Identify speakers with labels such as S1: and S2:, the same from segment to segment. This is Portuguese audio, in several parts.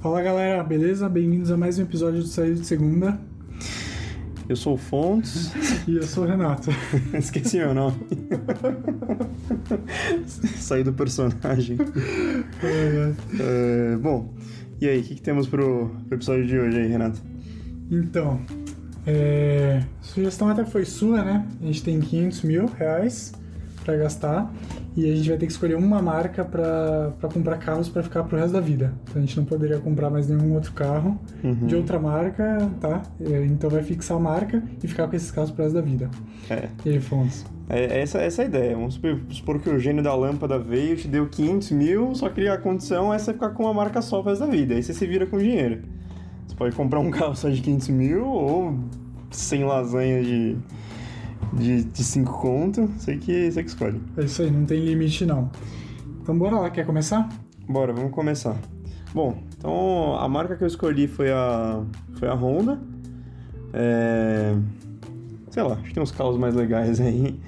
S1: Fala galera, beleza? Bem-vindos a mais um episódio do Saída de Segunda.
S2: Eu sou o Fontes.
S1: E eu sou o Renato.
S2: Esqueci meu nome. Saí do personagem. É, bom, e aí, o que, que temos pro, pro episódio de hoje aí, Renato?
S1: Então, é, sugestão até foi sua, né? A gente tem 500 mil reais pra gastar e a gente vai ter que escolher uma marca pra pra comprar carros pra ficar pro resto da vida. Então a gente não poderia comprar mais nenhum outro carro
S2: Uhum.
S1: de outra marca, tá? É, Então vai fixar a marca e ficar com esses carros pro resto da vida.
S2: É,
S1: E aí, Fons?
S2: é essa, essa é a ideia. Vamos supor, supor que o gênio da lâmpada veio, te deu 500 mil, só que a condição é você ficar com uma marca só pro resto da vida. Aí você se vira com dinheiro. Você pode comprar um carro só de 500 mil ou sem lasanha de 5 de, de cinco conto. Sei que, sei que escolhe.
S1: É isso aí, não tem limite não. Então bora lá, quer começar?
S2: Bora, vamos começar. Bom, então a marca que eu escolhi foi a, foi a Honda. É, sei lá, acho que tem uns carros mais legais aí.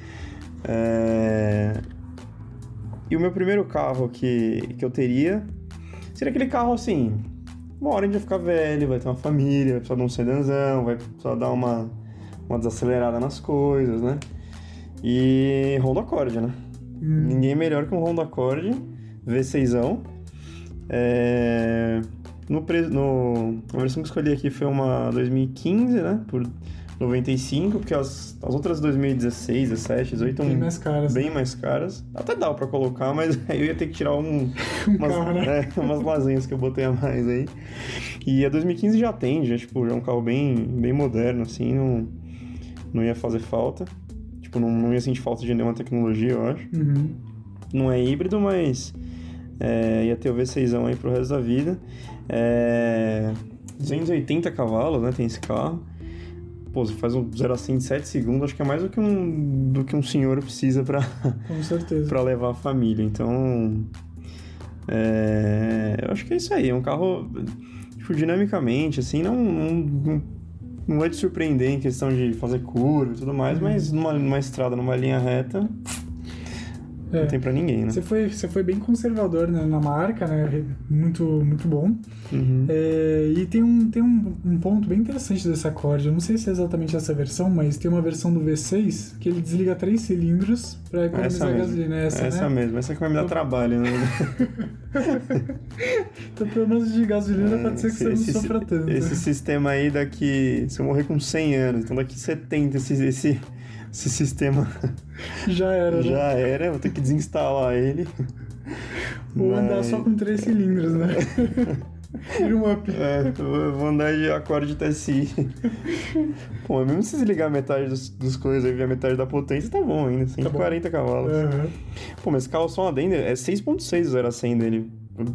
S2: É, e o meu primeiro carro que, que eu teria seria aquele carro assim. Uma hora a gente vai ficar velho, vai ter uma família, vai precisar de um sedanzão, vai precisar dar uma, uma desacelerada nas coisas, né? E Honda Accord, né?
S1: Hum,
S2: Ninguém melhor que um Honda Accord V6. É... No pre... no... A versão que eu escolhi aqui foi uma 2015, né? Por 95, porque as, as outras 2016, 17, 18
S1: bem
S2: estão
S1: mais caras.
S2: Então, bem mais caras. Até dá pra colocar, mas aí eu ia ter que tirar um,
S1: Um
S2: umas,
S1: carro, né?
S2: é, umas lasanhas que eu botei a mais aí. E a 2015 já tem, já, tipo, já é um carro bem, bem moderno, assim, não, não ia fazer falta. Tipo, não, não ia sentir falta de nenhuma tecnologia, eu acho.
S1: Uhum.
S2: Não é híbrido, mas é, ia ter o V6 aí pro resto da vida. É, 280 cavalos, né? Tem esse carro. Pô, você faz um 0 a 100 em 7 segundos, acho que é mais do que um, do que um senhor precisa pra,
S1: Com certeza.
S2: pra levar a família. Então. é, eu acho que é isso aí. É um carro, tipo, dinamicamente, assim, não. não, não não vai te surpreender em questão de fazer curva e tudo mais, mas numa, numa estrada, numa linha reta,
S1: É.
S2: não tem pra ninguém, né?
S1: Você foi, você foi bem conservador né, na marca, né? Muito, muito bom.
S2: Uhum.
S1: É, e tem, um, tem um, um ponto bem interessante desse acorde. Eu não sei se é exatamente essa versão, mas tem uma versão do V6 que ele desliga três cilindros para economizar
S2: mesmo.
S1: gasolina. É Essa,
S2: Essa,
S1: né?
S2: mesmo, essa que vai me dar trabalho, né?
S1: Então, pelo menos de gasolina pode ser que você não sofra tanto.
S2: É,
S1: né?
S2: esse sistema aí daqui. Se eu morrer com 100 anos, então daqui 70 esse, esse, esse sistema
S1: Já era, né?
S2: já era, eu vou ter que desinstalar ele.
S1: Ou andar só com três cilindros, né? E um up.
S2: É, eu vou- eu vou andar de acorde TSI. Pô, mesmo se desligar metade dos, dos coisas e ver a metade da potência, tá bom ainda. 140 cavalos.
S1: Aham.
S2: Pô, mas esse carro só adendo é 6.6 o 0 a 100 dele.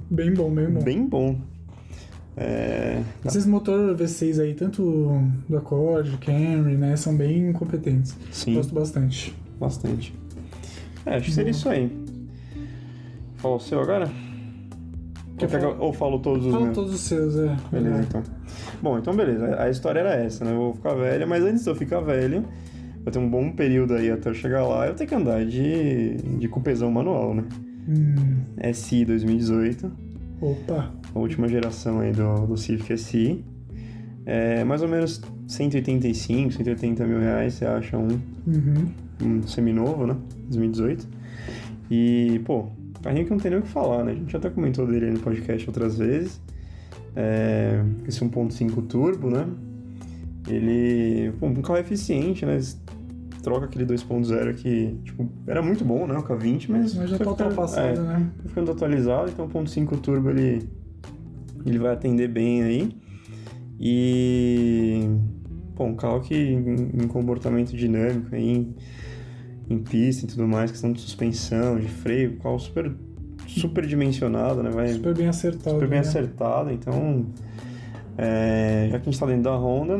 S1: Bem bom, bem Tá bom.
S2: Bem bom. É,
S1: Esses motores V6 aí, tanto do Accord, Camry, né? São bem competentes.
S2: sim.
S1: Gosto bastante.
S2: Bastante. É, acho que seria
S1: Boa.
S2: isso aí. Fala o seu agora?
S1: Quer
S2: Ou, quer que eu- ou falo todos os
S1: Fala
S2: meus?
S1: todos os seus, é.
S2: Beleza, então. Bom, então beleza. A história era essa, né? Eu vou ficar velho, mas antes de eu ficar velho, eu tenho um bom período aí até eu chegar lá, eu tenho que andar de, de cupezão manual, né?
S1: Hum,
S2: SI 2018,
S1: opa.
S2: a última geração aí do, do Civic SI. É, mais ou menos 185, 180 mil reais, você acha um
S1: Uhum.
S2: um seminovo, né? 2018. E, pô, carrinho que não tem nem o que falar, né? A gente já até comentou dele aí no podcast outras vezes. É, esse 1.5 turbo, né? Ele, pô, um carro eficiente, né? Troca aquele 2.0 que, tipo, era muito bom, né? O K20, mas...
S1: Mas já tá
S2: foi ficando-
S1: ultrapassado,
S2: é,
S1: né?
S2: foi ficando atualizado, então o 1.5 turbo ele, ele vai atender bem aí. E... Bom, um carro que em em comportamento dinâmico aí, em, em pista e tudo mais, questão de suspensão, de freio, um carro super, super dimensionado, né? Vai super,
S1: Super bem acertado.
S2: bem
S1: né?
S2: acertado, então... é, já que a gente está dentro da Honda,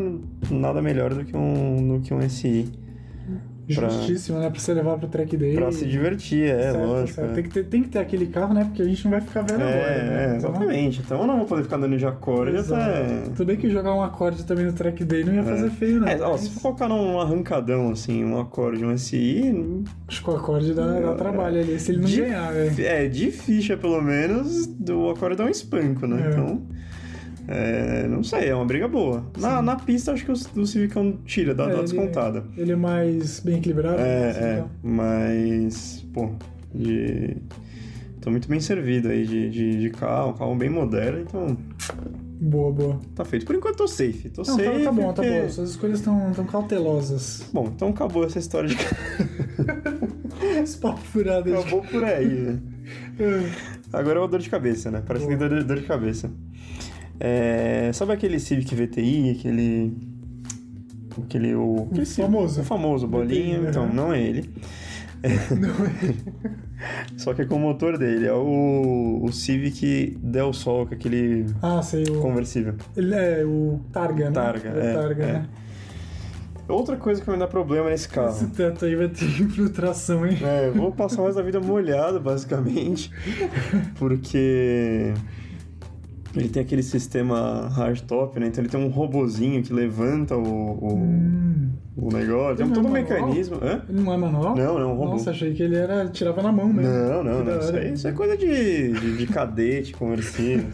S2: nada melhor do que um, do que um SI. pra-
S1: Justíssimo, né? Pra você levar pro track day.
S2: Pra se divertir, é,
S1: Certo,
S2: lógico.
S1: certo.
S2: é.
S1: Tem, que ter, tem que ter aquele carro, né? Porque a gente não vai ficar velho agora.
S2: É,
S1: Né?
S2: é, exatamente. Então eu não vou poder ficar dando de acorde
S1: Exato. Tudo bem que jogar um acorde também no track day não ia fazer feio, né?
S2: até. É, ó,
S1: Mas
S2: se for colocar num arrancadão, assim, um acorde, um SI,
S1: Acho que o acorde dá, dá trabalho ali, se ele não
S2: De-
S1: ganhar, velho.
S2: é, de ficha pelo menos, do acorde dá um espanco, né?
S1: É.
S2: Então. É, não sei, é uma briga boa. Na, na pista, acho que o, o Civicão tira, dá,
S1: É,
S2: dá
S1: ele-
S2: descontada.
S1: Ele é mais bem equilibrado.
S2: É,
S1: assim,
S2: é,
S1: então.
S2: mas, pô, de... Tô muito bem servido aí de, de, de carro, um carro bem moderno, então
S1: Boa, boa.
S2: tá feito. Por enquanto tô safe, tô
S1: Não,
S2: safe.
S1: tá, tá bom, tá
S2: porque-
S1: bom. Suas escolhas estão tão cautelosas.
S2: Bom, então acabou essa história de
S1: Esse papo furado aí.
S2: Acabou por aí, né? Agora é uma dor de cabeça, né? Parece que tem dor, dor de cabeça. É, sabe aquele Civic VTI, aquele. Aquele. O, aquele Civic-
S1: famoso.
S2: O famoso, bolinha.
S1: VTI,
S2: então,
S1: aham.
S2: não é ele.
S1: Não é?
S2: Só que é com o motor dele. É o, o Civic Del Sol, que é aquele
S1: Ah, sei. O,
S2: conversível.
S1: ele é o Targa, né?
S2: Targa,
S1: Ele
S2: é,
S1: Targa,
S2: é.
S1: né?
S2: Outra coisa que me dá problema nesse
S1: Esse
S2: carro.
S1: teto aí vai ter infiltração, hein?
S2: É, eu vou passar o resto da vida molhado, basicamente. Porque. Ele tem aquele sistema hardtop, né? Então ele tem um robozinho que levanta o, o,
S1: Hum.
S2: o negócio. Tem
S1: Ele
S2: todo um
S1: não é manual?
S2: mecanismo. Hã?
S1: Ele não é manual?
S2: Não, não, um robô.
S1: Nossa, achei que ele era. tirava na mão mesmo.
S2: Não, não,
S1: é? Que da
S2: não. Isso,
S1: hora.
S2: aí, isso é coisa de, de, de cadete, conversível.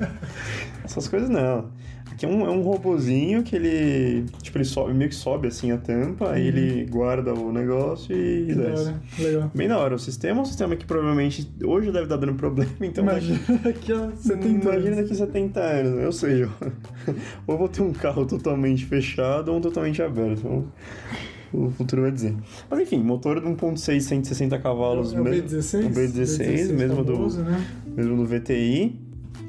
S2: Essas coisas não. Aqui é um, é um robozinho que ele. Tipo, ele sobe, meio que sobe assim a tampa, aí ele guarda o negócio e
S1: Uhum. Que da
S2: desce.
S1: hora. Legal.
S2: Bem da hora. O sistema é um sistema que provavelmente hoje deve estar dando problema, então.
S1: Imagina que ó, você tem
S2: Imagina daqui 70 anos, né? ou seja, ou eu vou ter um carro totalmente fechado ou um totalmente aberto. Então, O futuro vai dizer. Mas enfim, motor de 1.6, 160 cavalos,
S1: É o
S2: mesmo-
S1: B16?
S2: o B16, mesmo do-
S1: famoso, Né?
S2: mesmo no VTI.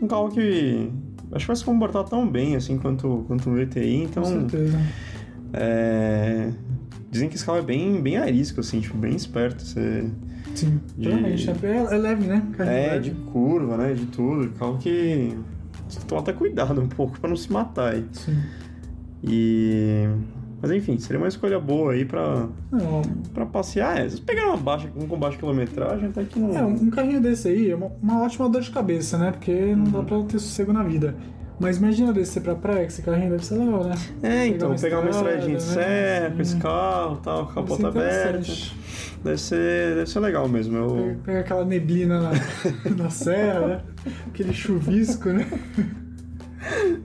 S2: Um carro que acho que vai se comportar tão bem assim quanto, quanto o VTI, então.
S1: Com certeza.
S2: é, Dizem que esse carro é bem, bem arisco, assim, tipo, bem esperto. Você...
S1: Sim.
S2: de-
S1: Realmente, é, é leve, né? Carrinho
S2: É,
S1: leve.
S2: de curva, né? De tudo. Carro que. Você toma até cuidado um pouco pra não se matar aí.
S1: Sim.
S2: E. Mas enfim, seria uma escolha boa aí pra,
S1: Não,
S2: pra passear. É, se pegar uma baixa, um com baixa quilometragem, até que não.
S1: É, um um carrinho desse aí é uma, uma ótima dor de cabeça, né? Porque não
S2: Uhum.
S1: dá pra ter sossego na vida. Mas imagina descer pra praia, que esse carrinho deve ser legal, né?
S2: É, então, pegar uma estradinha de
S1: estrada,
S2: serra
S1: né?
S2: com esse carro tal,
S1: Deve
S2: capota
S1: ser
S2: aberta.
S1: interessante.
S2: Deve ser, deve ser legal mesmo. Eu,
S1: Pega, pega aquela neblina na, na serra, né? Aquele chuvisco, né? É.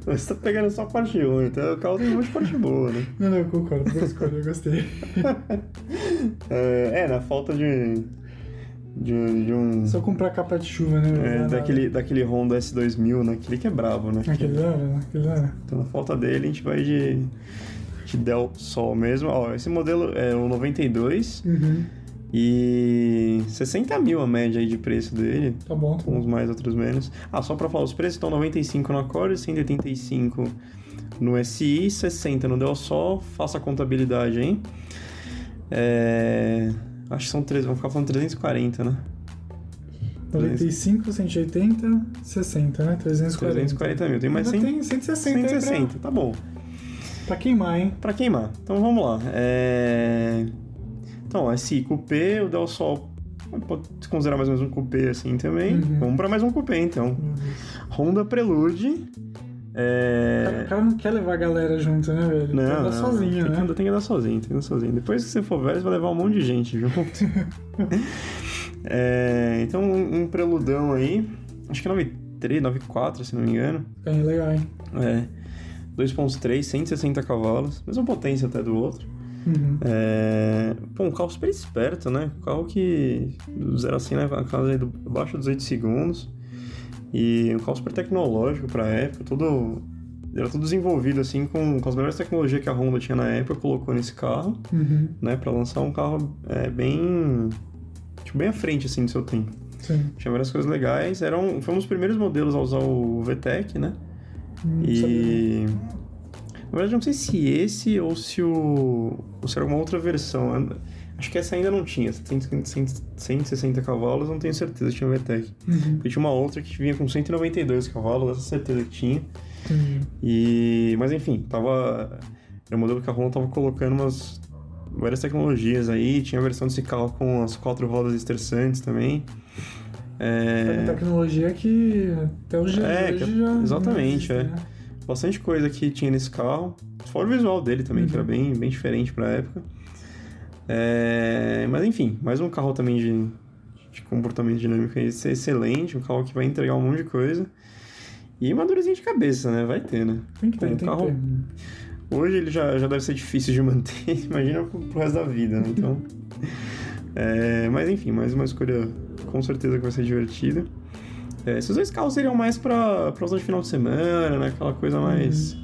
S2: você tá pegando só parte ruim, então o carro tem um monte de parte boa, né?
S1: Não, não, eu concordo. Boa escolha, eu gostei.
S2: É, é, na falta de. de, de um.
S1: Só comprar capa de chuva, né? Não dá
S2: é,
S1: nada.
S2: daquele, daquele Honda S2000, né? Aquele que é brabo, né?
S1: Aquele lá, né? Aquele lá. né?
S2: Então, na falta dele, a gente vai de. de Del Sol mesmo. Ó, esse modelo é o 92
S1: Uhum.
S2: e 60 mil a média aí de preço dele.
S1: Tá bom.
S2: uns mais, outros menos. Ah, só pra falar os preços, então 95 no Accord, 185 no SI, 60 no Del Sol, faça a contabilidade, hein? É... Acho que são três, vão ficar falando 340, né?
S1: 95, 180, 60, né? 340.
S2: 340 mil, tem mais
S1: Ainda
S2: 100,
S1: tem 160, aí pra-
S2: 160, tá bom.
S1: Pra queimar, hein?
S2: Pra queimar, então vamos lá. É... Então, ó, SI Coupé, o Del Sol pode se considerar mais ou menos um Coupé assim também.
S1: Uhum.
S2: Vamos pra mais um Coupé, então. Honda Prelude,
S1: O
S2: é...
S1: cara- O cara não quer levar a galera junto, né, velho? Quer andar sozinho,
S2: tem
S1: né?
S2: Que andar, tem que andar sozinho, tem que andar sozinho. Depois que você for velho, você vai levar um monte de gente junto. É, então, um, um preludão aí. Acho que é 93, 94, se não me engano.
S1: Carrinho legal, hein?
S2: É. 2.3, 160 cavalos. Mesma potência até do outro.
S1: Uhum.
S2: É... Pô, um carro super esperto, né? Um carro que... Do 0 a 100, né? A casa aí do, abaixo dos 8 segundos. E um carro super tecnológico pra época. Todo... Era tudo desenvolvido, assim, com, com as melhores tecnologias que a Honda tinha na época. Colocou nesse carro,
S1: Uhum.
S2: né? Pra lançar um carro é, bem... Tipo, bem à frente, assim, do seu tempo.
S1: Sim.
S2: Tinha várias coisas legais. Era um, foi um dos primeiros modelos a usar o VTEC, né?
S1: Não sabia.
S2: E. Na verdade, eu não sei se esse ou se o. ou se era alguma outra versão. Eu- Acho que essa ainda não tinha. 100 100 160 cavalos, não tenho certeza, tinha o VTEC.
S1: Uhum.
S2: E tinha uma outra que vinha com 192 cavalos, essa certeza que tinha.
S1: Entendi.
S2: E. Mas enfim, tava. Era um modelo que a Honda tava colocando umas. várias tecnologias aí. Tinha a versão desse carro com as quatro rodas esterçantes também. É...
S1: É uma tecnologia que até os dias
S2: É,
S1: de hoje
S2: que-
S1: já não
S2: exatamente,
S1: existe,
S2: é.
S1: né?
S2: bastante coisa que tinha nesse carro. Fora o visual dele também, que era bem, bem diferente pra época. É, mas enfim, mais um carro também de, de comportamento dinâmico aí, esse é excelente, um carro que vai entregar um monte de coisa. E uma dorzinha de cabeça, né? Vai ter, né?
S1: Tem que ter,
S2: Pô, um
S1: tem que
S2: carro-
S1: ter.
S2: Hoje ele já, já deve ser difícil de manter, imagina pro, pro resto da vida, né? Então. é, mas enfim, mais uma escolha com certeza que vai ser divertida. É, esses dois carros seriam mais pra, pra usar de final de semana, né? Aquela coisa mais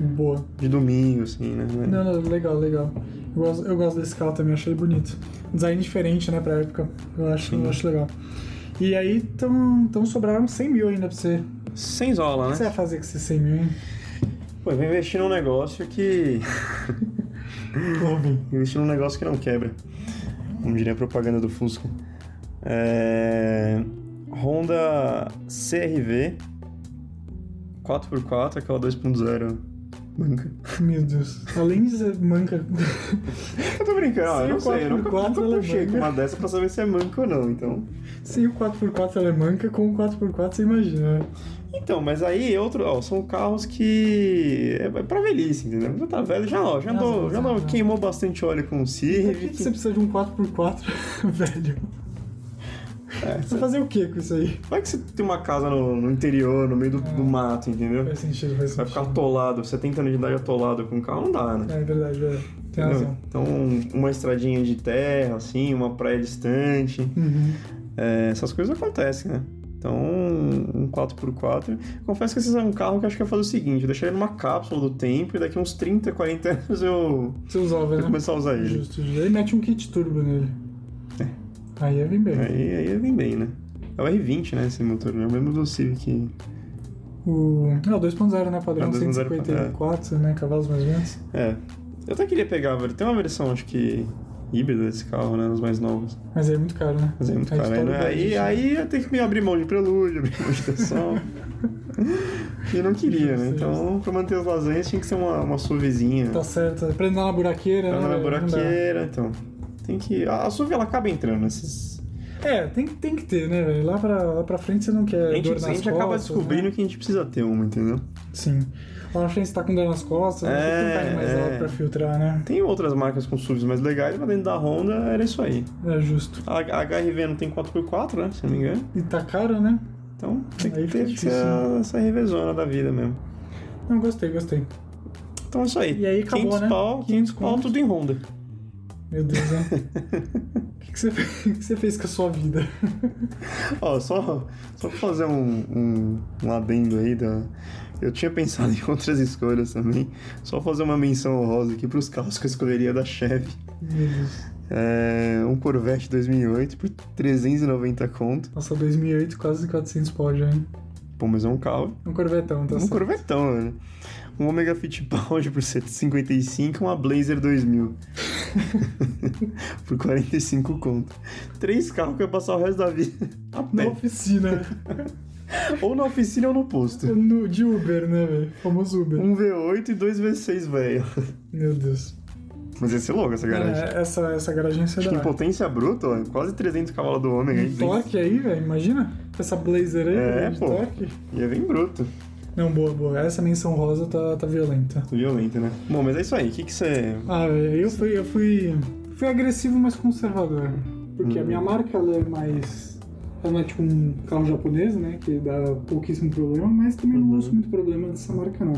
S1: Boa.
S2: de domingo, assim, né?
S1: Não, não, legal, legal. Eu gosto, eu gosto desse carro também, achei bonito. Design diferente, né, pra época. Eu acho, eu
S2: Sim.
S1: acho legal. E aí, tão, tão sobraram 100 mil ainda pra você.
S2: Sem zola,
S1: O
S2: né?
S1: que você vai fazer com esses 100 mil, hein?
S2: Pô, eu vou investir num negócio que.
S1: Clube.
S2: investir num negócio que não quebra. Como diria a propaganda do Fusca. É... Honda CRV 4x4, é aquela 2.0 manca.
S1: Meu Deus. Além de ser manca.
S2: Eu tô brincando, ó, eu não
S1: Sim, o
S2: sei, eu nunca,
S1: 4x4
S2: nunca
S1: ela é
S2: puxei com
S1: manca.
S2: uma dessa pra saber se é manca ou não, então...
S1: Sem o 4x4 ela é manca, com o 4x4 você imagina, né?
S2: Então, mas aí, outro, ó, são carros que é é pra velhice, entendeu? Já tá velho, já, ó, já andou,
S1: Nossa,
S2: já andou-
S1: nossa.
S2: queimou bastante óleo com o
S1: Por que, que você
S2: Civic...
S1: precisa de um 4x4, velho?
S2: É,
S1: Você vai fazer o que com isso aí?
S2: Vai que você tem uma casa no, no interior, no meio do,
S1: É.
S2: do mato, entendeu?
S1: Faz sentido, faz sentido.
S2: Vai ficar atolado, 70 anos de idade atolado com o carro, não dá, né?
S1: É verdade, é. Tem
S2: Entendeu?
S1: razão.
S2: Então, uma estradinha de terra, assim, uma praia distante,
S1: Uhum.
S2: é, essas coisas acontecem, né? Então, um 4x4. Confesso que esse é um carro que eu acho que eu ia fazer o seguinte: eu deixar ele numa cápsula do tempo e daqui uns 30, 40 anos eu
S1: Você usava,
S2: vou
S1: né?
S2: começar a usar ele.
S1: Justo, justo. Aí mete um kit turbo nele. Aí ia vir bem.
S2: É. Aí, aí vem bem, né? É o R20, né? Esse motor, né? Eu lembro do Civic.
S1: O... Não, 2.0, né? Padrão
S2: É, 2.0 pra-
S1: 154, né? Cavalos mais ou menos.
S2: É. Eu até queria pegar, velho. Tem uma versão, acho que híbrida desse carro, né? Os mais novos.
S1: Mas aí é muito caro, né?
S2: Mas é muito
S1: Aí
S2: caro,
S1: estoura o
S2: né?
S1: budget,
S2: Aí,
S1: né?
S2: aí eu tenho que me abrir mão de prelúdio, abrir mão de tensão. e eu não queria, né?
S1: Justo,
S2: Então, pra manter as lasanhas, tinha que ser uma, uma suvezinha.
S1: Tá certo. Prende lá na buraqueira,
S2: Tá
S1: né?
S2: na
S1: velho? Não dá.
S2: buraqueira, então. Tem que. A, a SUV ela acaba entrando né? nesses.
S1: É, tem, tem que ter, né, velho? Lá pra, lá pra frente você não quer
S2: A gente,
S1: É, dor nas
S2: a gente acaba
S1: costas,
S2: descobrindo
S1: né?
S2: que a gente precisa ter uma, entendeu?
S1: Sim. Lá na frente você tá com dor nas costas, né?
S2: É,
S1: tem que ter um carro mais
S2: é.
S1: alto pra filtrar, né?
S2: Tem outras marcas com SUVs mais legais, mas dentro da Honda era isso aí.
S1: É justo.
S2: A, a HRV não tem 4x4, né? Se não me engano.
S1: E tá caro, né?
S2: Então tem que
S1: Aí fica
S2: ter
S1: difícil, né?
S2: essa, essa revezona da vida mesmo.
S1: Não, gostei, gostei.
S2: Então é isso aí.
S1: E aí acabou,
S2: 500
S1: né?
S2: pau, 500 pau,
S1: 500
S2: tudo em Honda.
S1: Meu Deus, né? O que, que, você, fez- o que que você fez com a sua vida?
S2: Ó, só, só pra fazer um, um, um adendo aí, da... eu tinha pensado em outras escolhas também. Só fazer uma menção honrosa aqui pros carros que eu escolheria da Chevy.
S1: Meu Deus.
S2: É, um Corvette 2008 por 390 conto.
S1: Nossa, 2008, quase 400 pau já, hein?
S2: Pô, mas é um carro,
S1: Um corvetão, tá
S2: um
S1: certo?
S2: Corvetão, né? Um Omega Fittipaldi por 155 uma Blazer 2000 por 45 conto. Três carros que eu ia passar o resto da vida a
S1: Na
S2: pé.
S1: oficina.
S2: Ou na oficina ou no posto.
S1: no, de Uber, né, velho? Famoso Uber.
S2: Um V8 e dois V6, velho.
S1: Meu Deus.
S2: Mas ia ser louco essa garagem.
S1: É, essa, essa garagem você
S2: Acho
S1: dá.
S2: que em potência bruta, ó, quase 300 cavalos do Ômega.
S1: Um
S2: hein?
S1: Torque aí, velho, imagina. Essa blazer aí,
S2: É,
S1: velho, de
S2: pô.
S1: torque.
S2: Ia bem bruto.
S1: Não, boa, boa. Essa menção rosa tá, tá violenta.
S2: Violento, né? Bom, mas é isso aí. O que que você...
S1: Ah, velho, eu fui, eu fui. Fui agressivo, mas conservador. Porque a
S2: Uhum.
S1: minha marca ela é mais. Ela não é tipo um carro japonês, né? Que dá pouquíssimo problema, mas também não
S2: Uhum.
S1: ouço muito problema dessa marca, não.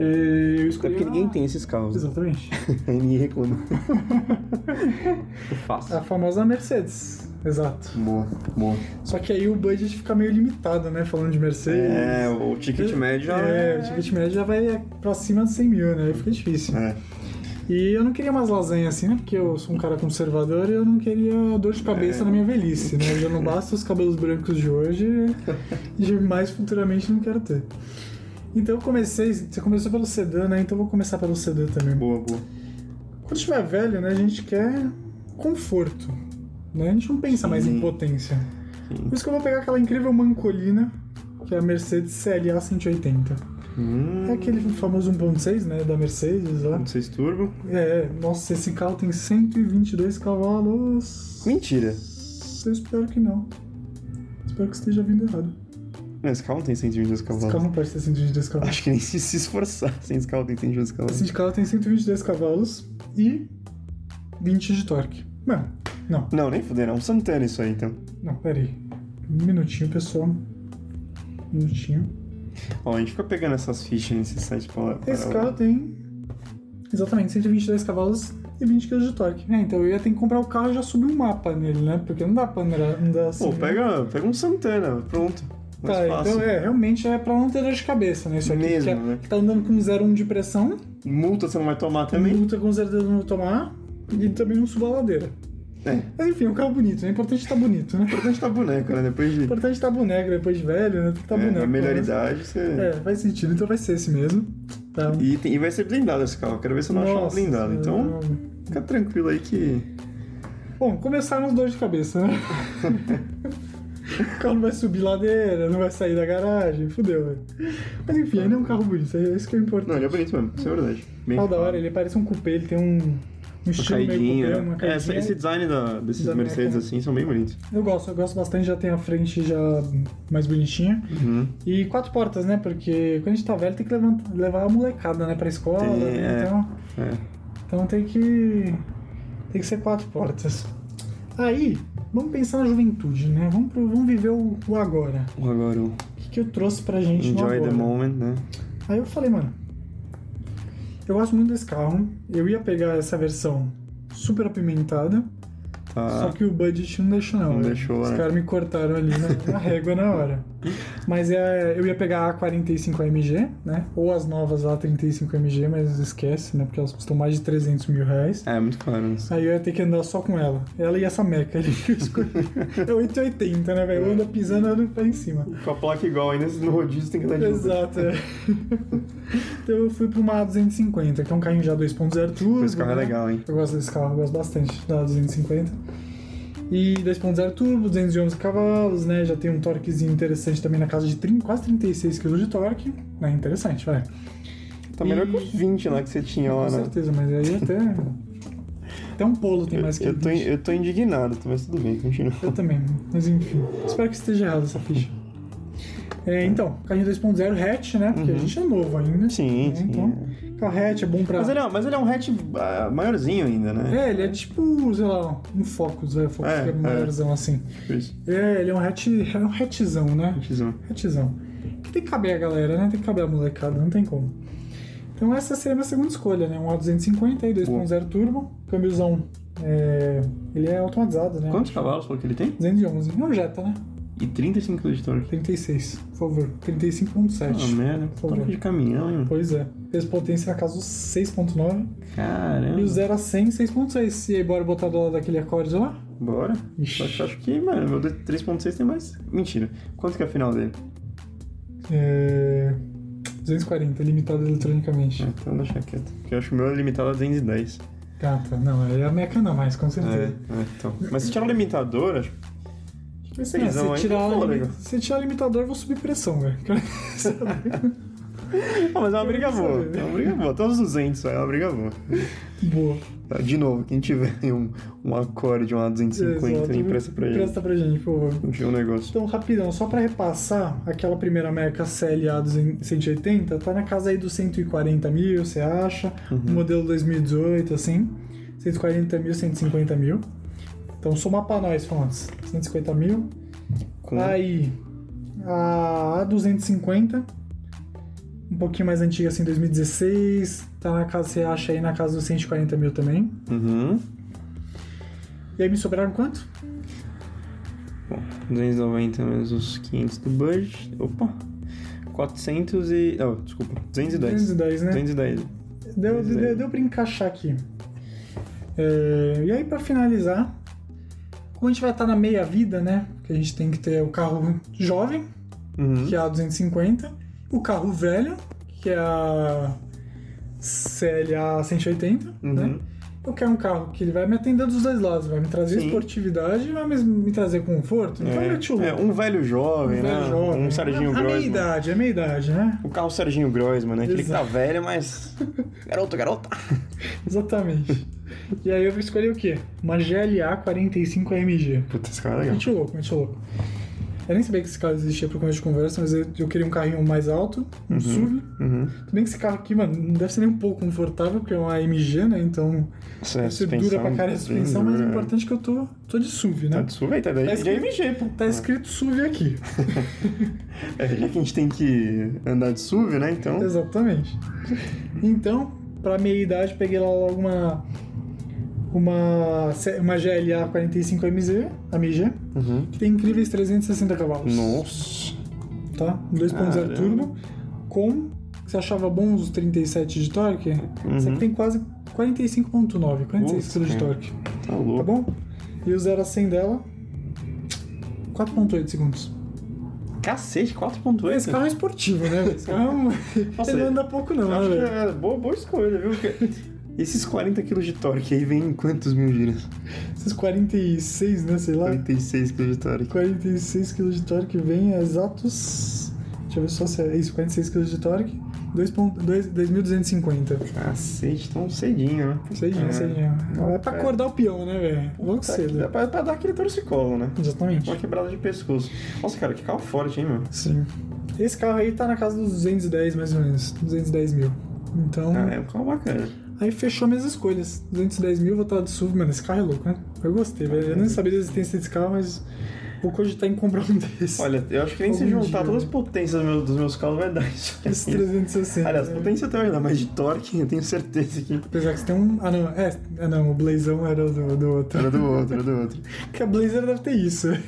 S1: É, eu
S2: Até
S1: escolhi.
S2: porque
S1: a-
S2: ninguém tem esses carros.
S1: Exatamente.
S2: Aí ninguém reclama. Eu faço.
S1: A famosa Mercedes. Exato.
S2: Boa, boa.
S1: Só que aí o budget fica meio limitado, né? Falando de Mercedes.
S2: É, o ticket médio já
S1: É, o ticket médio já vai pra cima de 100 mil, né? Aí fica difícil.
S2: É.
S1: E eu não queria mais lasanha assim, né? Porque eu sou um cara conservador e eu não queria dor de cabeça
S2: É.
S1: na minha velhice, né? Já não basta os cabelos brancos de hoje e mais futuramente não quero ter. Então eu comecei, você começou pelo sedã, né? Então eu vou começar pelo sedã também.
S2: Boa, boa.
S1: Quando estiver velho, né, a gente quer conforto, né? A gente não pensa mais em
S2: Sim.
S1: potência.
S2: Sim.
S1: Por isso que eu vou pegar aquela incrível mancolina, que é a Mercedes CLA 180.
S2: Hum,
S1: É aquele famoso 1.6, né, da Mercedes lá.
S2: Não sei se turbo.
S1: É, nossa, esse carro tem 122 cavalos.
S2: Mentira.
S1: Eu espero que não. Espero que esteja vindo errado.
S2: Não, esse carro não tem 122
S1: Esse
S2: cavalos.
S1: carro não pode ter 122 cavalos.
S2: Acho que nem se, se esforçar sem esse carro tem 122 cavalos.
S1: Esse carro tem 122 cavalos e 20 de torque. Mano, não,
S2: Não, nem fuder, é um Santana isso aí, então.
S1: não, peraí. Um minutinho, pessoal. Minutinho.
S2: Ó, a gente fica pegando essas fichas nesse site pra lá.
S1: Esse
S2: pra-
S1: carro tem exatamente 122 cavalos e 20 kg de torque. É, então eu ia ter que comprar o carro e já subir um mapa nele, né? Porque não dá pra andar, andar assim.
S2: Pô,
S1: né?
S2: pega, pega um Santana, pronto. Mais
S1: Tá,
S2: fácil.
S1: então é, realmente é pra não ter dor de cabeça, né? Isso aqui
S2: Mesmo,
S1: que é-
S2: né?
S1: tá andando com 0,1 de pressão,
S2: Multa você não vai tomar também?
S1: multa com certeza não vai tomar e também não suba a ladeira.
S2: É.
S1: Mas enfim, é um carro bonito, né? O importante é tá bonito, né?
S2: O importante tá boneco, né? Depois
S1: O
S2: de
S1: importante é tá boneco depois de velho, né? Tem que tá
S2: é,
S1: boneco.
S2: a melhor idade, você.
S1: É, faz sentido, então vai ser esse mesmo. Tá.
S2: E, tem- e vai ser blindado esse carro. Quero ver se eu não achar
S1: Nossa, é.
S2: blindado. Então,
S1: eu-
S2: fica tranquilo aí que.
S1: Bom, começaram as dores de cabeça, né? o carro não vai subir ladeira, não vai sair da garagem, fudeu, velho. Mas enfim, ainda é um carro bonito, é isso que é importante.
S2: Não, ele é bonito mesmo, isso é verdade. Bem
S1: Ó, da hora,
S2: uma
S1: ele parece um cupê, ele tem um, um estilo meio
S2: caidinha.
S1: cupê,
S2: né?
S1: uma
S2: É, essa-
S1: caidinha.
S2: esse design da- desses
S1: Da
S2: Mercedes
S1: América.
S2: assim são bem bonitos.
S1: Eu gosto, eu gosto bastante, já tem a frente já mais bonitinha.
S2: Uhum.
S1: E quatro portas, né? Porque quando a gente tá velho tem que levantar- levar a molecada, né, pra escola,
S2: Tem,
S1: né?
S2: é.
S1: então...
S2: É.
S1: Então tem que. Tem que ser quatro portas. Aí, vamos pensar na juventude, né? Vamos, pro- vamos viver o, o agora.
S2: Agora o
S1: O que, que eu trouxe pra gente no
S2: Enjoy
S1: agora?
S2: the Moment, né?
S1: Aí eu falei, mano. Eu gosto muito desse carro. Eu ia pegar essa versão super apimentada. Só
S2: Tá.
S1: que o budget não deixou, não.
S2: Não
S1: velho.
S2: deixou,
S1: Os
S2: né?
S1: caras me cortaram ali na, na régua na hora. Mas é, eu ia pegar a 45 AMG, né? Ou as novas lá 35 AMG, mas esquece, né? Porque elas custam mais de 300 mil reais.
S2: É, muito claro. né?
S1: Aí eu ia ter que andar só com ela. Ela e essa meca ali que eu escolhi. É 880, né, velho? Anda pisando, anda pra em cima.
S2: Com a placa igual ainda, no rodízio tem que dar de novo.
S1: Exato, é. Então eu fui pra uma A250, que é um carrinho já 2.0 turbo.
S2: Esse carro é
S1: né?
S2: legal, hein?
S1: Eu gosto desse carro, eu gosto bastante da 250. E 2.0 turbo, 211 cavalos, né? Já tem um torquezinho interessante também na casa de 30, quase 36 kg de torque. Né? Interessante, vai.
S2: Tá melhor
S1: E-
S2: que os 20 lá que você tinha
S1: Com
S2: lá, né?
S1: certeza, mas aí até. Até um polo tem
S2: Eu,
S1: mais que
S2: eu tô,
S1: 20.
S2: eu tô indignado, tá, mas tudo bem, continua.
S1: Eu também, mas enfim. Espero que esteja errado essa ficha. É, então, carrinho 2.0 hatch, né? Porque a
S2: Tá. Uhum.
S1: gente é novo ainda.
S2: Sim,
S1: né?
S2: sim.
S1: Então, carro hatch é bom pra.
S2: Mas, ele é, mas ele é um hatch ah, maiorzinho ainda, né?
S1: É, ele é tipo, sei lá, um Focus, velho. Focus
S2: É,
S1: que é
S2: é.
S1: maiorzão assim.
S2: Tipo Isso.
S1: É, ele é um hatch, é um hatchzão, né?
S2: Hatchzão.
S1: Hatchzão. Que tem que caber a galera, né? Tem que caber a molecada, não tem como. Então essa seria a minha segunda escolha, né? Um A250 aí, 2.0 turbo, câmbiozão. É, ele é automatizado, né?
S2: Quantos cavalos falou que ele tem?
S1: 211. É um Jetta, né?
S2: E 35 kg de torque.
S1: 36, por favor.
S2: Ah,
S1: 35.7.
S2: merda.
S1: Por favor.
S2: Torque de caminhão, hein?
S1: pois é. Peso potência na casa dos 6.9. E o
S2: Caramba.
S1: 0 a 100, 6.6. E aí, bora botar do lado daquele acorde lá?
S2: Bora.
S1: Ixi.
S2: Só que eu acho que, mano, meu 3.6 tem mais... Mentira. Quanto que é a final dele?
S1: É... 240, limitado eletronicamente.
S2: Ah, Então deixa quieto. Porque eu acho que o meu é limitado a 210.
S1: Tá, tá. Não, aí a meca não mais, com
S2: É,
S1: certeza.
S2: é, então. Mas se tirar o limitador, acho que...
S1: É,
S2: Seisão aí,
S1: se, tirar
S2: pô,
S1: o limi-
S2: legal.
S1: se tirar o limitador, eu vou subir pressão, velho. Quero saber.
S2: Ah, mas é uma briga
S1: quero
S2: boa.
S1: saber.
S2: É uma briga boa. Até os 200, é uma briga boa.
S1: Boa.
S2: Tá, De novo, quem tiver aí um, um acorde, uma 250,
S1: Exato.
S2: empresta pra ele.
S1: Empresta pra gente, por favor.
S2: Não tinha um negócio.
S1: Então, rapidão, só pra repassar, aquela primeira Meca CLA 200 180 tá na casa aí dos 140 mil, você acha?
S2: Uhum.
S1: O modelo 2018, assim, 140 mil, 150 mil. Então, soma pra nós, fontes. 150 mil.
S2: Com-
S1: Aí, a A250, um pouquinho mais antiga, assim, 2016, tá na casa, você acha aí na casa dos 140 mil também.
S2: Uhum.
S1: E aí, me sobraram quanto?
S2: Bom, 290 menos os 500 do budget. Opa! 400 e. Não, desculpa. 210.
S1: 210, né?
S2: 210.
S1: Deu,
S2: Pois é.
S1: deu, deu pra encaixar aqui. É, e aí, pra finalizar, como a gente vai estar na meia vida, né? Que a gente tem que ter o carro jovem,
S2: Uhum.
S1: que é a 250, o carro velho, que é a CLA 180, né?
S2: Uhum.
S1: Eu quero um carro que ele vai me atender dos dois lados, vai me trazer
S2: Sim.
S1: esportividade e vai me, me trazer conforto. Então, meu tio,
S2: É, é, um velho jovem, né? Um Serginho
S1: a, a é, meia
S2: Grossman.
S1: idade, a meia idade, né?
S2: O carro Serginho Grossman, né? Aquele que tá
S1: Exato.
S2: velho, mas. Garoto, garota.
S1: Exatamente. e aí eu escolhi o quê? Uma GLA 45 AMG.
S2: Puta, esse cara é legal.
S1: Muito louco, muito louco. Eu nem sabia que esse carro existia pro começo de conversa, mas eu, eu queria um carrinho mais alto, um SUV.
S2: Uhum.
S1: Tudo bem que esse carro aqui, mano, não deve ser nem um pouco confortável, porque é uma AMG, né? Então,
S2: Essa
S1: deve ser dura pra caralho a suspensão, mas o importante é que eu tô, tô de SUV,
S2: Tá
S1: né?
S2: de SUV aí, tá daí.
S1: Tá escrito- Tá escrito SUV aqui.
S2: É, já que a gente tem que andar de SUV, né? Então.
S1: Exatamente. Então, pra minha idade, peguei lá logo uma. Uma, C- uma GLA 45MZ, a MG,
S2: Uhum.
S1: que tem incríveis 360 cavalos.
S2: Nossa.
S1: Tá? 2.0
S2: Caramba.
S1: turbo, com. Você achava bom os 37 de torque?
S2: Uhum.
S1: Isso aqui tem quase 45,9, 46
S2: Putz,
S1: kg de
S2: cara.
S1: torque.
S2: Tá
S1: Tá
S2: louco.
S1: bom? E o 0 a 100 dela, 4,8 segundos.
S2: Cacete, 4.8.
S1: Esse carro é esportivo, né? velho? Esse carro é um...
S2: Nossa,
S1: ele não anda pouco, não,
S2: Eu
S1: né,
S2: acho que
S1: velho?
S2: é boa, boa escolha, viu? Porque esses 40 kg de torque aí vem em quantos mil giros?
S1: Esses 46, né? Sei lá.
S2: 46 kg de torque.
S1: 46 kg de torque vem a exatos. Deixa eu ver só se é isso. 46 kg de torque, 2.2 2.250.
S2: Cacete, tão cedinho, né?
S1: Cedinho,
S2: É.
S1: cedinho. É pra acordar o peão, né, velho? Logo
S2: Tá aqui,
S1: cedo.
S2: dá pra, pra dar aquele torcicolo, né?
S1: Exatamente.
S2: Uma quebrada de pescoço. Nossa, cara, que carro forte, hein, meu?
S1: Sim. Esse carro aí tá na casa dos 210, mais ou menos. 210 mil. Então,
S2: Ah, é um carro bacana.
S1: aí fechou minhas escolhas. 210 mil, vou estar de SUV. Mano, esse carro é louco, né? Eu gostei, velho.
S2: Ah, é.
S1: Eu nem sabia da existência desse carro, mas vou cogitar em comprar um desse.
S2: Olha, eu acho que nem se
S1: Algum
S2: juntar
S1: dia,
S2: todas
S1: né?
S2: as potências dos meus, dos meus carros vai dar isso. aí.
S1: Esse 360.
S2: Aliás,
S1: né?
S2: potência também dá, mas de torque eu tenho certeza que
S1: Apesar que você tem um. Ah, não. É, ah, não. O Blazão era do, do outro.
S2: era do outro, era do outro.
S1: Porque a Blazer deve ter isso.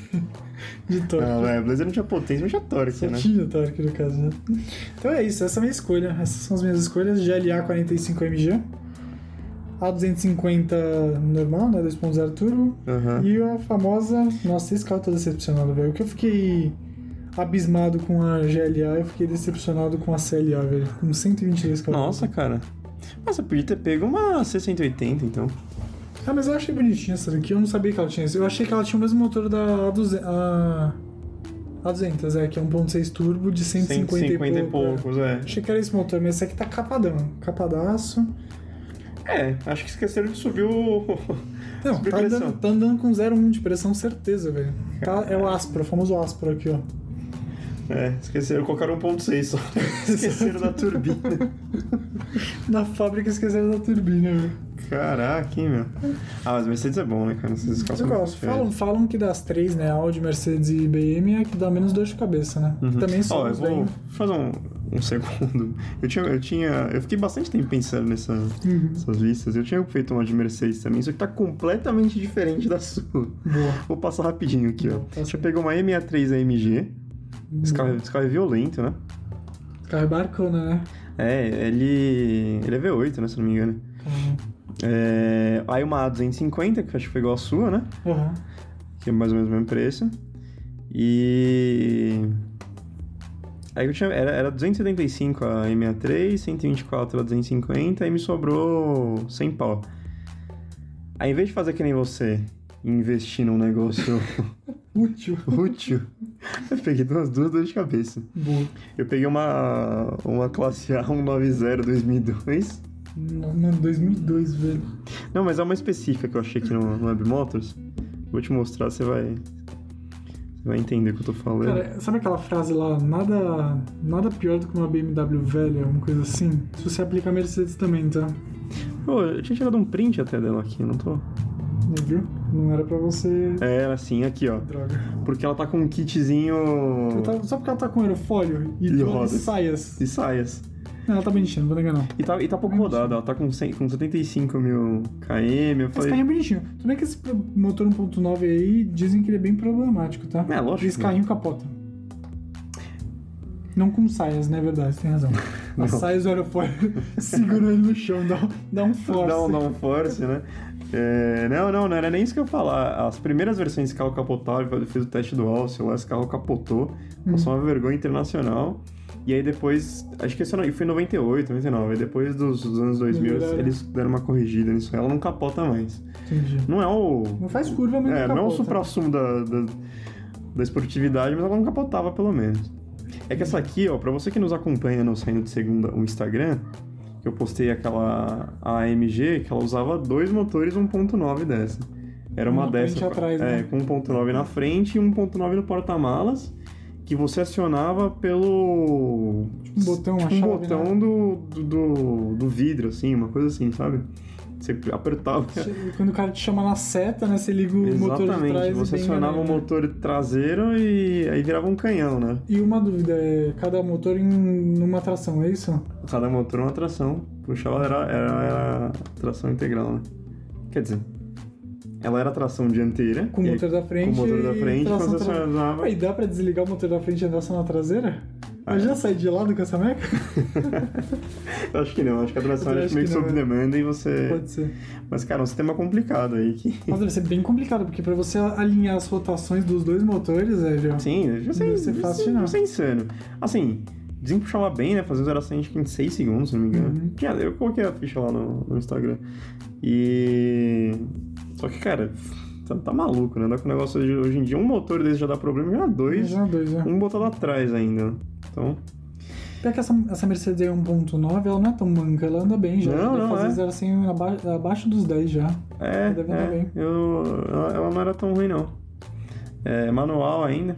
S1: De torque.
S2: Não, velho, Blazer não tinha potência, mas tinha torque,
S1: Só
S2: né?
S1: tinha torque no caso, né? Então é isso, essa é a minha escolha. Essas são as minhas escolhas: GLA 45MG, A250 normal, né? 2.0 turbo.
S2: Aham.
S1: E a famosa. Nossa, esse carro tá decepcionado, velho. O que eu fiquei abismado com a GLA, eu fiquei decepcionado com a CLA, velho. Com 122 cavalos.
S2: Nossa, cara. Mas você podia ter pego uma C180, então.
S1: Ah, mas eu achei bonitinha essa daqui. Eu não sabia que ela tinha isso. Eu achei que ela tinha o mesmo motor da A200. A... A200, é, que é 1.6 turbo de 150, e pouco. é.
S2: é.
S1: Achei que era esse motor, mas esse aqui tá capadão. Capadaço.
S2: É, acho que esqueceram de subir o.
S1: Não,
S2: Sobre
S1: tá
S2: pressão.
S1: andando, tá andando com 0,1 de pressão, certeza, velho. Tá, é o áspero, o famoso áspero aqui, ó.
S2: É, esqueceram, colocaram 1.6 só. esqueceram da turbina.
S1: Na fábrica esqueceram da turbina, velho.
S2: Caraca, hein, meu. Ah, mas Mercedes é bom, né, cara? Esses
S1: Mas
S2: carros
S1: eu
S2: são
S1: gosto. um
S2: muito
S1: Falam, falam que das três, né? Audi, Mercedes e BM é que dá menos dor de cabeça, né?
S2: Uhum.
S1: Também
S2: Ó,
S1: só
S2: eu
S1: os
S2: vou
S1: bem.
S2: fazer um, um segundo. Eu tinha, eu tinha. Eu fiquei bastante tempo pensando nessa,
S1: Uhum.
S2: nessas listas. Eu tinha feito uma de Mercedes também, só que tá completamente diferente da sua.
S1: Boa.
S2: Vou passar rapidinho aqui, ó.
S1: Não, passa.
S2: Deixa eu pegar uma E63 AMG. Esse carro, esse carro é violento, né?
S1: Carro é barcona, né?
S2: É, ele. Ele é V8, né? Se não me engano. É, aí uma A250, que eu acho que foi igual a sua, né?
S1: Aham.
S2: Que é mais ou menos o mesmo preço. E. Aí eu tinha. Era, era 275 a M63, 124 a 250, aí me sobrou 100 pau. Aí em vez de fazer que nem você e investir num negócio
S1: Útil.
S2: útil, eu peguei duas, duas dores de cabeça.
S1: Boa.
S2: Eu peguei uma, uma classe A 190 2002.
S1: No- Mano, 2002, velho.
S2: Não, mas é uma específica que eu achei aqui no, no Webmotors. Vou te mostrar, você vai. Você vai entender o que eu tô falando.
S1: Cara, sabe aquela frase lá? Nada, nada pior do que uma BMW velha, uma coisa assim? Se você aplica a Mercedes também, tá?
S2: Pô, eu tinha tirado um print até dela aqui, não tô?
S1: Viu? Não era pra você.
S2: É, ela assim, aqui, ó.
S1: Droga.
S2: Porque ela tá com um kitzinho.
S1: Eu tava- só porque ela tá com aerofólio e,
S2: E
S1: duas
S2: rodas.
S1: saias.
S2: E saias.
S1: Não, ela tá bonitinha, não vou negar não.
S2: E tá, e tá pouco rodada, ela tá com, 100, com 75 mil km. Eu
S1: Esse
S2: falei.
S1: carrinho é bonitinho. Tudo bem que esse pro- motor 1.9 aí dizem que ele é bem problemático, tá?
S2: É, lógico.
S1: Esse carrinho capota. Não com saias, né? É verdade, você tem razão.
S2: Não.
S1: As saias do aerofólio seguram ele no chão, dá, dá um force.
S2: Não, não force, né? É, não, não, não era nem isso que eu ia falar. As primeiras versões desse carro capotaram, eu fiz o teste do Alce lá, esse carro capotou.
S1: Uhum.
S2: Passou uma vergonha internacional. E aí depois, acho que esse ano- foi em 98, 99. Aí depois dos, dos anos 2000,
S1: Melhoraram.
S2: eles deram uma corrigida nisso. Ela não capota mais.
S1: Entendi.
S2: Não é o.
S1: Não faz curva, mas
S2: É,
S1: não
S2: não é o
S1: capota.
S2: supra-sumo da, da, da esportividade, mas ela não capotava, pelo menos. É que essa aqui, ó, pra você que nos acompanha no Saindo de Segunda, o Instagram, que eu postei aquela AMG, que ela usava dois motores 1.9 dessa. Era uma
S1: Na frente
S2: dessa.
S1: e atrás,
S2: é,
S1: né?
S2: com 1.9 na frente e 1.9 no porta-malas, que você acionava pelo.
S1: um botão, uma
S2: um
S1: chave, né?
S2: botão do, do, do- do vidro, assim, uma coisa assim, sabe? Você apertava.
S1: Che- Quando o cara te chama na seta, né? Você liga o motor de
S2: Exatamente,
S1: trás
S2: você
S1: e né? vem
S2: acionava o
S1: galera.
S2: motor traseiro e aí virava um canhão, né?
S1: E uma dúvida, é cada motor em numa tração, é isso?
S2: Cada motor uma tração, puxava era, era, era tração integral, né? Quer dizer, ela era tração dianteira.
S1: Com o
S2: e aí
S1: motor da frente.
S2: Com o motor da
S1: e
S2: frente,
S1: tração
S2: você
S1: traseira.
S2: acionava.
S1: Aí dá pra desligar o motor da frente e andar só na traseira?
S2: Ah,
S1: Eu
S2: é.
S1: já saí de lado com essa meca?
S2: Acho que não, acho que a tração
S1: Eu
S2: era
S1: acho
S2: meio que
S1: que não,
S2: sob
S1: é.
S2: demanda e você.
S1: Pode ser.
S2: Mas, cara, é um sistema complicado aí que.
S1: Mas deve ser bem complicado, porque pra você alinhar as rotações dos dois motores, é, velho.
S2: Sim, já sei.
S1: Deve ser fácil, não.
S2: Isso é insano. Assim, desempuxava bem, né? Fazia 0 a 100 acho que em 6 segundos, se não me engano.
S1: Uhum.
S2: Tinha- Eu coloquei a ficha lá no, no Instagram. E. Só que, cara, tá, tá maluco, né? Dá com o negócio de, hoje em dia, um motor desse já dá problema, já dois.
S1: Já dois, já.
S2: Um botado atrás ainda. Então.
S1: Pior que essa, essa Mercedes aí 1.9, ela não é tão manca, ela anda bem já.
S2: Não,
S1: Ela
S2: não,
S1: deve
S2: é.
S1: fazer 0 a 100 aba- abaixo dos 10 já.
S2: É,
S1: Deve andar
S2: é
S1: bem.
S2: eu, ela, ela não era tão ruim, não. É manual ainda.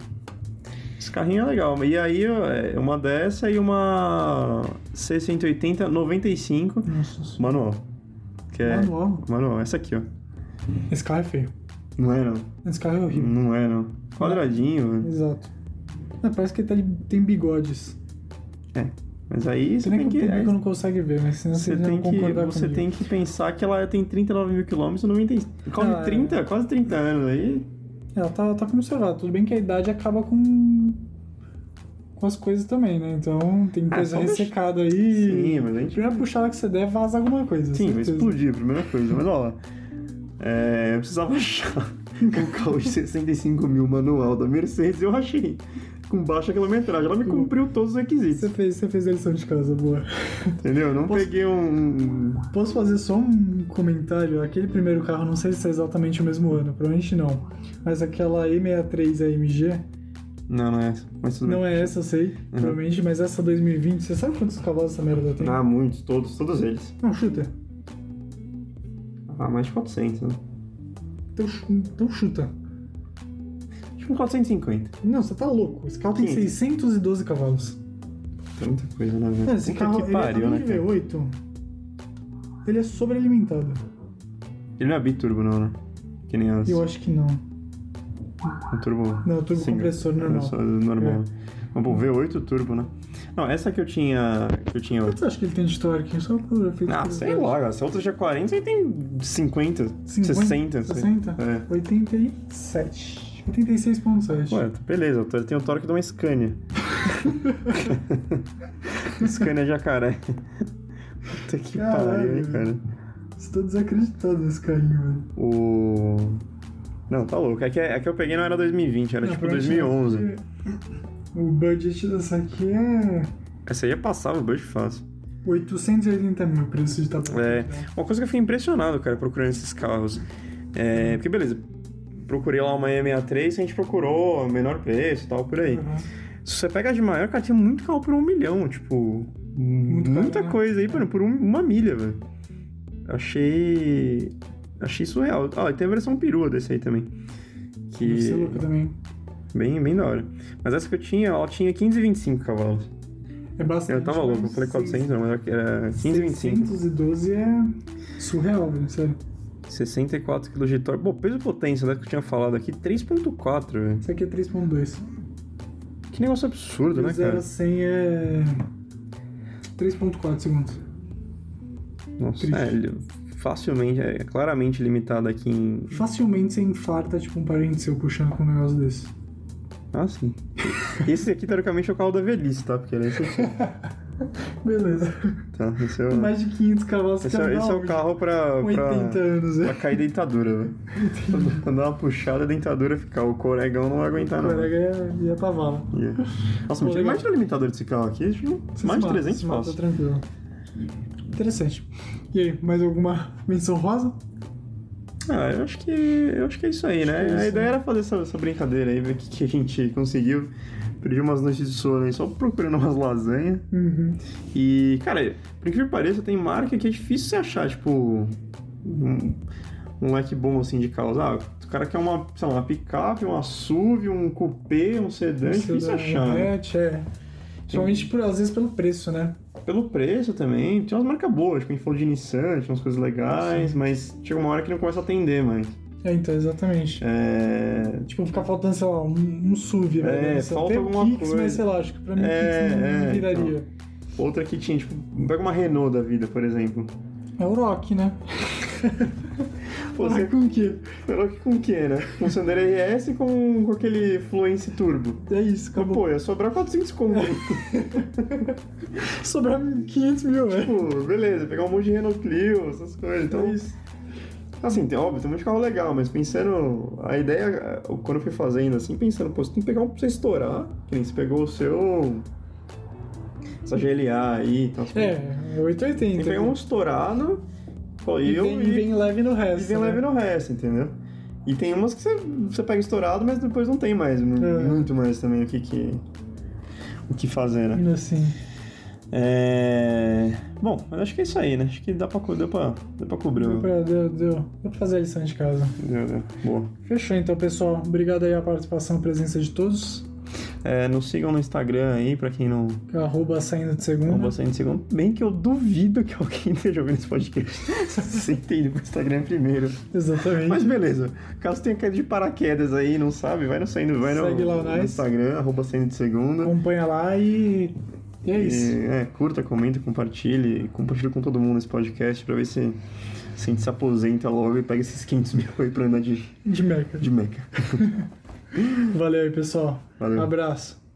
S2: Esse carrinho é legal. E aí, é, uma dessa e uma C180 95
S1: Nossa senhora.
S2: manual. Que é
S1: Manual.
S2: manual, essa aqui, ó.
S1: Esse carro é feio.
S2: Não é não.
S1: Esse carro é horrível.
S2: Não é não. Quadradinho, velho.
S1: Exato. Não, parece que ele tá de- tem bigodes.
S2: mas aí
S1: Você
S2: você
S1: nem
S2: tem
S1: que o
S2: que aí
S1: público não consegue ver, mas senão
S2: você
S1: vocês
S2: tem
S1: vão
S2: que
S1: concordar
S2: você
S1: comigo.
S2: tem que pensar que ela tem 39 mil quilômetros, não tem quase
S1: Ah, é.
S2: 30, quase 30 anos aí.
S1: Ela tá, tá conservada. Tudo bem que a idade acaba com... Com as coisas também, né? Então tem
S2: Ah,
S1: coisa
S2: só deixa-
S1: ressecada aí.
S2: Sim, mas a gente
S1: Primeira puxada que você der, vaza alguma coisa.
S2: Sim, vai
S1: certeza.
S2: explodir, a primeira coisa. Mas olha lá. É, eu precisava achar um carro de 65 mil manual da Mercedes e eu achei. Com baixa quilometragem. Ela me cumpriu todos os requisitos.
S1: Você fez, você fez a lição de casa, boa.
S2: Entendeu? Eu não
S1: Posso-
S2: peguei um.
S1: Posso fazer só um comentário? Aquele primeiro carro, não sei se é exatamente o mesmo ano, provavelmente não. Mas aquela E63 AMG,
S2: Não, não é essa. Mas tudo
S1: não
S2: bem.
S1: é essa, eu sei,
S2: Uhum.
S1: provavelmente, mas essa 2020, você sabe quantos cavalos essa merda tem?
S2: Ah, muitos, todos, todos eles.
S1: Não, chuta.
S2: Ah, mais de 400, né?
S1: Então, chu- então chuta.
S2: Acho que um uns 450.
S1: Não, você tá louco. Esse carro tem
S2: Sim.
S1: 612 cavalos.
S2: Tanta coisa, né, velho?
S1: Não, É, esse
S2: Puta
S1: carro,
S2: que
S1: ele,
S2: pariu,
S1: além
S2: né?
S1: de
S2: cara?
S1: V8, ele é sobrealimentado.
S2: Ele não é biturbo, não, né? Que nem as.
S1: Eu acho que não.
S2: Um turbo.
S1: Não, turbo
S2: Sim, é
S1: compressor normal. É.
S2: compressor normal. Mas, pô, V8 turbo, né? Não, essa que eu tinha. Que eu tinha.
S1: Quanto você acha que ele tem de torque? Só por efeito
S2: Ah,
S1: de
S2: sei lá, cara. Se a outra tinha 40, aí tem 50, 60.
S1: 50, 60?
S2: É.
S1: 87. 86.7.
S2: Ué, beleza, eu tenho o torque de uma Scania. Scania é jacaré. Puta que pariu, hein,
S1: Caralho.
S2: cara.
S1: Estou desacreditado nesse carrinho, velho.
S2: O. Não, tá louco. É que, é que eu peguei não era 2020, era
S1: Não,
S2: tipo
S1: provavelmente
S2: 2011.
S1: não, porque O budget dessa aqui é
S2: Essa aí é passável, beijo fácil.
S1: 880 mil, preço de tá tapa.
S2: É, uma coisa que eu fiquei impressionado, cara, procurando esses carros. É, porque, beleza, procurei lá uma E63, a gente procurou menor preço e tal, por
S1: Ah.
S2: aí. Se você pega de maior, cara, tinha muito carro por um milhão, tipo.
S1: caro,
S2: muita
S1: né?
S2: coisa aí, mano, por um- uma milha, velho. Achei. Achei surreal. Ó, e tem a versão perua desse aí também.
S1: Deve ser
S2: Que.
S1: louco também.
S2: Bem, bem da hora. Mas essa que eu tinha, ela tinha 15,25 cavalos.
S1: É bastante.
S2: Eu tava louco, eu falei 400, não, mas era 15,25.
S1: 612 é surreal, velho, sério.
S2: 64 kg de torque. Bom, peso e potência, né, que eu tinha falado aqui, 3.4, velho.
S1: Isso aqui é 3.2.
S2: Que negócio absurdo, né,
S1: 0
S2: cara?
S1: a 100 é 3.4 segundos.
S2: Nossa,
S1: triste.
S2: é, ele- facilmente, é claramente limitado aqui em...
S1: Facilmente você infarta, tipo, um parente seu puxando com um negócio desse.
S2: Ah, sim. Esse aqui, teoricamente, é o carro da velhice, tá? Porque ele é esse aqui.
S1: Beleza.
S2: Tá, esse é o...
S1: Mais de 500 cavalos
S2: Esse
S1: que
S2: é,
S1: ela
S2: esse é
S1: dá
S2: o
S1: hoje.
S2: carro pra...
S1: 80
S2: pra...
S1: anos,
S2: Pra
S1: é.
S2: cair dentadura, velho. Pra dar uma puxada, a dentadura ficar. O coregão não vai aguentar, não.
S1: Colega ia, ia pra é- tá vala.
S2: Yeah. É. Nossa,
S1: Pô,
S2: mas
S1: legal.
S2: imagina o limitador desse carro aqui. acho que
S1: Você
S2: Mais
S1: se mata,
S2: de 300
S1: se mata,
S2: fácil.
S1: tranquilo. Interessante. E aí, mais alguma menção rosa?
S2: Ah, eu acho que. Eu acho que é isso aí, né?
S1: que é isso,
S2: a ideia
S1: né?
S2: era fazer essa, essa brincadeira aí, ver o que, que a gente conseguiu. Perdi umas noites de sono aí, só procurando umas lasanhas.
S1: Uhum.
S2: E, cara, por incrível que pareça, tem marca que é difícil você achar, tipo. Um, um leque bom, assim, de carros. Ah, o cara quer uma, sei lá, uma picape, um SUV, um coupé, um sedã, é difícil achar. né?
S1: É, tchê. Principalmente, por, às vezes, pelo preço, né?
S2: Pelo preço também, tinha umas marcas boas, tipo, a gente falou de Nissan, tinha umas coisas legais, mas chega uma hora que não começa a atender mais.
S1: É, então, exatamente.
S2: É...
S1: Tipo, ficar faltando, sei lá, um, um SUV.
S2: É,
S1: né? Sei lá,
S2: falta
S1: tem
S2: alguma
S1: o Kicks,
S2: coisa.
S1: mas sei lá, acho que pra mim o
S2: É,
S1: Kicks não, não
S2: é,
S1: viraria.
S2: Outra que tinha, tipo, pega uma Renault da vida, por exemplo.
S1: É o Rock, né?
S2: Pô,
S1: Rock
S2: você
S1: com o quê?
S2: falou que com o quê, né? Com o Sandero RS e com, com aquele Fluence Turbo.
S1: É isso,
S2: Mas,
S1: acabou.
S2: pô, ia sobrar 400 conto. hein?
S1: Sobrar 500 mil, velho.
S2: tipo, beleza, pegar um monte de Renault Clio, essas coisas. Então,
S1: é isso.
S2: Assim, tem, óbvio, tem um monte de carro legal, mas pensando. A ideia, eh, quando eu fui fazendo, assim, pensando, pô, você tem que pegar um pra você estourar. Que nem você pegou o seu. Essa GLA aí e tal. você tem
S1: É, é 880.
S2: que pegar um
S1: né?
S2: estourado. Pô,
S1: e,
S2: eu
S1: vem,
S2: e.
S1: e vem leve no
S2: e
S1: resto.
S2: vem
S1: né?
S2: leve no resto, entendeu? E tem umas que você, você pega estourado, mas depois não tem mais. mu-
S1: É.
S2: Muito mais também o que, que. O que fazer, né?
S1: Assim.
S2: É. Bom, mas acho que é isso aí, né? Acho que dá pra, co- deu pra, deu pra cobrir.
S1: Deu
S2: o-
S1: tipo, pra, deu, deu, deu pra fazer a lição de casa.
S2: Deu, deu. Boa.
S1: Fechou então, pessoal. Obrigado aí a participação, a presença de todos.
S2: É, nos sigam no Instagram aí, pra quem não
S1: Que é o Arroba saindo de
S2: não
S1: segunda.
S2: vou sair de segundo. Bem que eu duvido que alguém esteja ouvindo esse podcast sem ter ido pro Instagram é primeiro.
S1: Exatamente.
S2: Mas beleza, caso tenha caído de paraquedas aí, não sabe, vai no saindo, vai no,
S1: Segue lá
S2: no
S1: nós.
S2: Instagram, arroba saindo de segunda.
S1: Acompanha lá e. E é isso.
S2: E, é, curta, comenta, compartilhe. Compartilha com todo mundo esse podcast pra ver se, se a gente se aposenta logo e pega esses 500 mil aí pra andar de,
S1: De meca.
S2: de meca.
S1: Valeu aí, pessoal.
S2: Valeu.
S1: Abraço.